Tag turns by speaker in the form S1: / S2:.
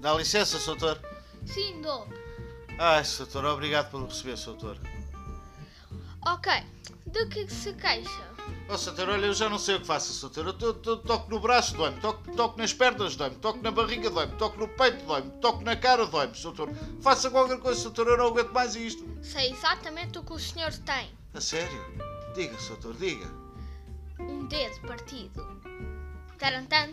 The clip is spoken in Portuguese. S1: Dá licença, Sr. Doutor.
S2: é? Sim, dou.
S1: Ai, Sr. Doutor, obrigado por me receber, Sr. Doutor.
S2: Ok, do que se queixa?
S1: Ó, Sr. Doutor, olha, eu já não sei o que faço, Sr. Doutor. Eu to- to- toco no braço, dói-me. Toco, toco nas pernas, dói-me. Toco na barriga, dói-me. Toco no peito, dói-me. Toco na cara, dói-me, Sr. Doutor. Faça qualquer coisa, Sr. Doutor. Eu não aguento mais isto.
S2: Sei exatamente o que o senhor tem.
S1: A sério? Diga, Sr. Doutor, diga.
S2: Um dedo partido. Tarantan.